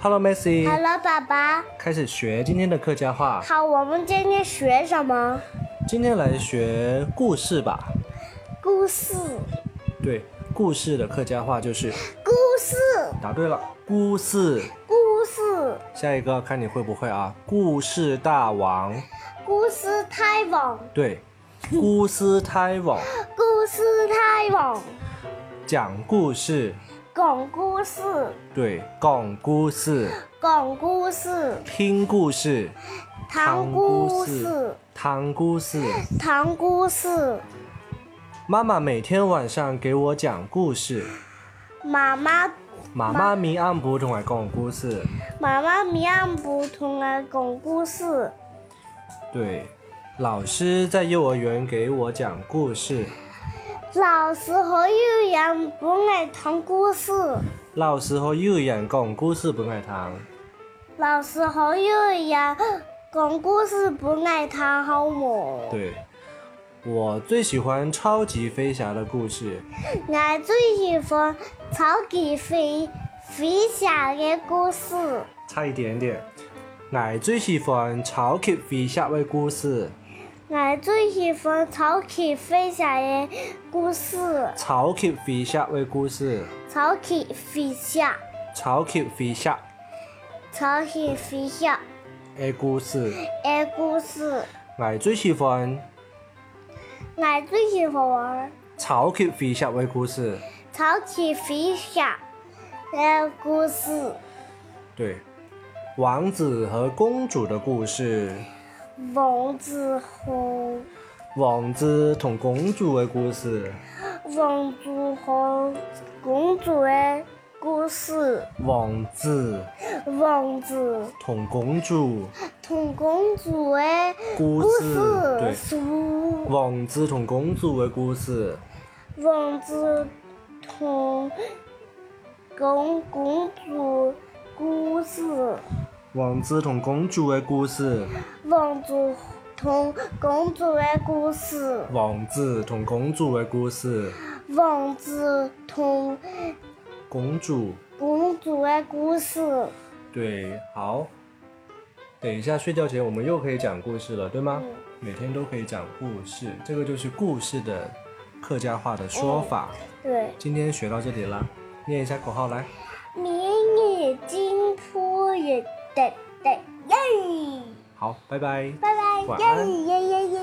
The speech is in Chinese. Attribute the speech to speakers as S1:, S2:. S1: Hello Messi，
S2: 好了，爸爸，
S1: 开始学今天的客家话。
S2: 好，我们今天学什么？
S1: 今天来学故事吧。
S2: 故事，
S1: 对，故事的客家话就是
S2: 故事，
S1: 答对了，故事。
S2: 故事，
S1: 下一个看你会不会啊？故事大王，
S2: 故事太网，
S1: 对，故事太网，
S2: 故事太网，
S1: 讲故事，
S2: 讲故事，
S1: 对，讲故事，
S2: 讲故事，
S1: 听故事，
S2: 谈故事，
S1: 谈故事。
S2: 谈故事。
S1: 妈妈每天晚上给我讲故事，
S2: 妈妈，
S1: 妈妈明暗不同来讲故事。
S2: 妈妈咪暗不同来讲故事。
S1: 对，老师在幼儿园给我讲故事，
S2: 老师和幼人本来谈故事，
S1: 老师和幼儿园讲故事不爱听。
S2: 老师和幼人讲故事本来谈好么？
S1: 对，我最喜欢超级飞侠的故事，
S2: 我最喜欢超级飞飞侠的故事，
S1: 差一点点。我最喜欢超级飞侠的故事，
S2: 我最喜欢超级飞侠的故事。
S1: 超级飞侠的故事，
S2: 超级飞侠，
S1: 超级飞侠
S2: 超级飞侠
S1: 的故事。
S2: 的故事，
S1: 我最喜欢
S2: 我最喜欢
S1: 超级飞侠的故事。
S2: 超级飞侠的故事。
S1: 对，王子和公主的故事。
S2: 王子和
S1: 王子同公主的故事，
S2: 王子和公主的故事，
S1: 王子
S2: 王子
S1: 同公主
S2: 同公主的
S1: 故
S2: 故
S1: 事，
S2: 事
S1: 对，
S2: 书，
S1: 王子同公主的故事，
S2: 王子同公公主故事，
S1: 王子同公主的故事，
S2: 王子同公主的故事，
S1: 王子同公主的故事，
S2: 王子同
S1: 公主
S2: 公主的故事。
S1: 对，好。等一下睡觉前我们又可以讲故事了，对吗？
S2: 嗯
S1: 每天都可以讲故事，这个就是故事的客家话的说法。
S2: 对。
S1: 今天学到这里了，念一下口号来。
S2: 明日金铺也得得耶！
S1: 好，拜拜。
S2: 拜拜
S1: 晚安
S2: 耶耶耶耶！